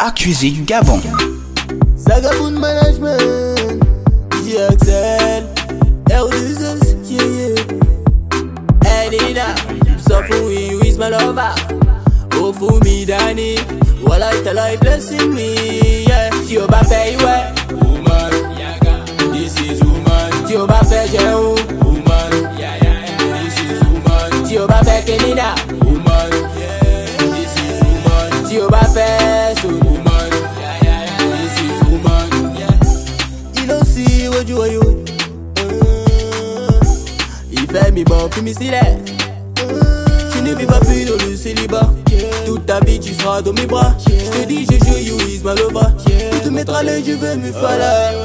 accusé du Gabon. Zagaboon Management, DJ Axel, Elders, yeah, yeah. Hey Nina, so for we who is my lover. Oh for me, Danny, what I tell I blessing me, yeah. Tí o bá fẹ́ ìwẹ̀, Woman, this is woman, tí o bá fẹ́ jẹun, woman, this is woman, tí o bá fẹ́ kinida, woman, this is woman, tí o bá fẹ́ sùn. woman, this is woman, ìlọsí ojú oyo. ìfẹ́ mi bọ̀ fún mi sílẹ̀. tu ne vis pas plus dans le célibat. Toute ta vie tu seras dans mes bras. Je te dis, je joue, you is my lover. Tu te mettras les cheveux, me follow.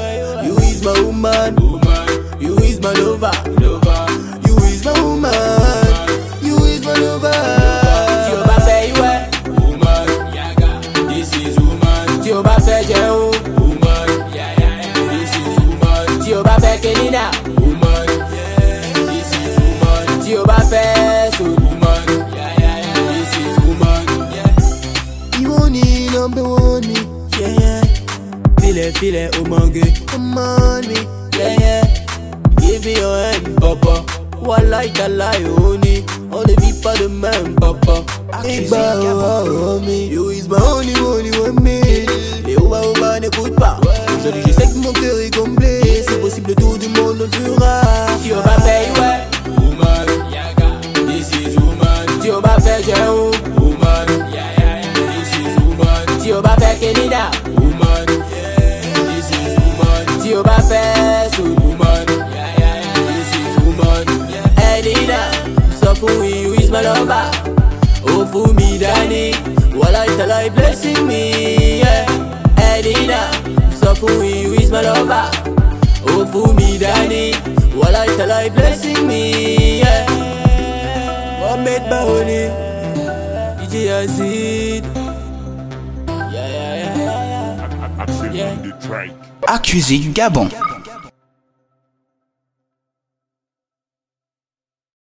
You is my woman. woman, You is my lover. lover, You is my woman. You is my lover. Tí o bá fẹ́ ìwẹ̀, woman, this is woman, tí o bá fẹ́ jẹun, woman, this is woman, tí o bá fẹ́ kénínà, woman, this is woman, tí o bá fẹ́ sùn. woman, this is woman, Ìwọ ni number one mi. Yeah, yeah. Filẹ̀ filẹ̀ o mọ̀ ge. Ọmọ mi. Yeah, yeah. Give me your hand, papa. Wàhálà ìdálá ìhó ni. On ne vit pas de même, papa. Ìgbà òwò mi. You is my only one, you and me. Les oba oba n'écoute pas. Aujourd'hui, je sais que mon cœur est comblé. C'est possible, tout du monde le fera. Tí o bá fẹ́ ìwẹ̀, woman, this is woman, tí o bá fẹ́ jẹun, woman, this is woman. tí o bá fẹ́ kénídà, Woman, this is woman, tí o bá fẹ́ sùn. woman, this is woman, Hey Nina, so for me, you is my lover. Oh, for me, Danny, while I tell I blessing me. Yeah. Hey Nina, so for me, you is my lover. Oh, for me, Danny, while I tell I blessing me. Yeah. Mohamed Bahoni, DJ Azid. Yeah, yeah, yeah, yeah, yeah. Axel in the track. Accusé du Gabon.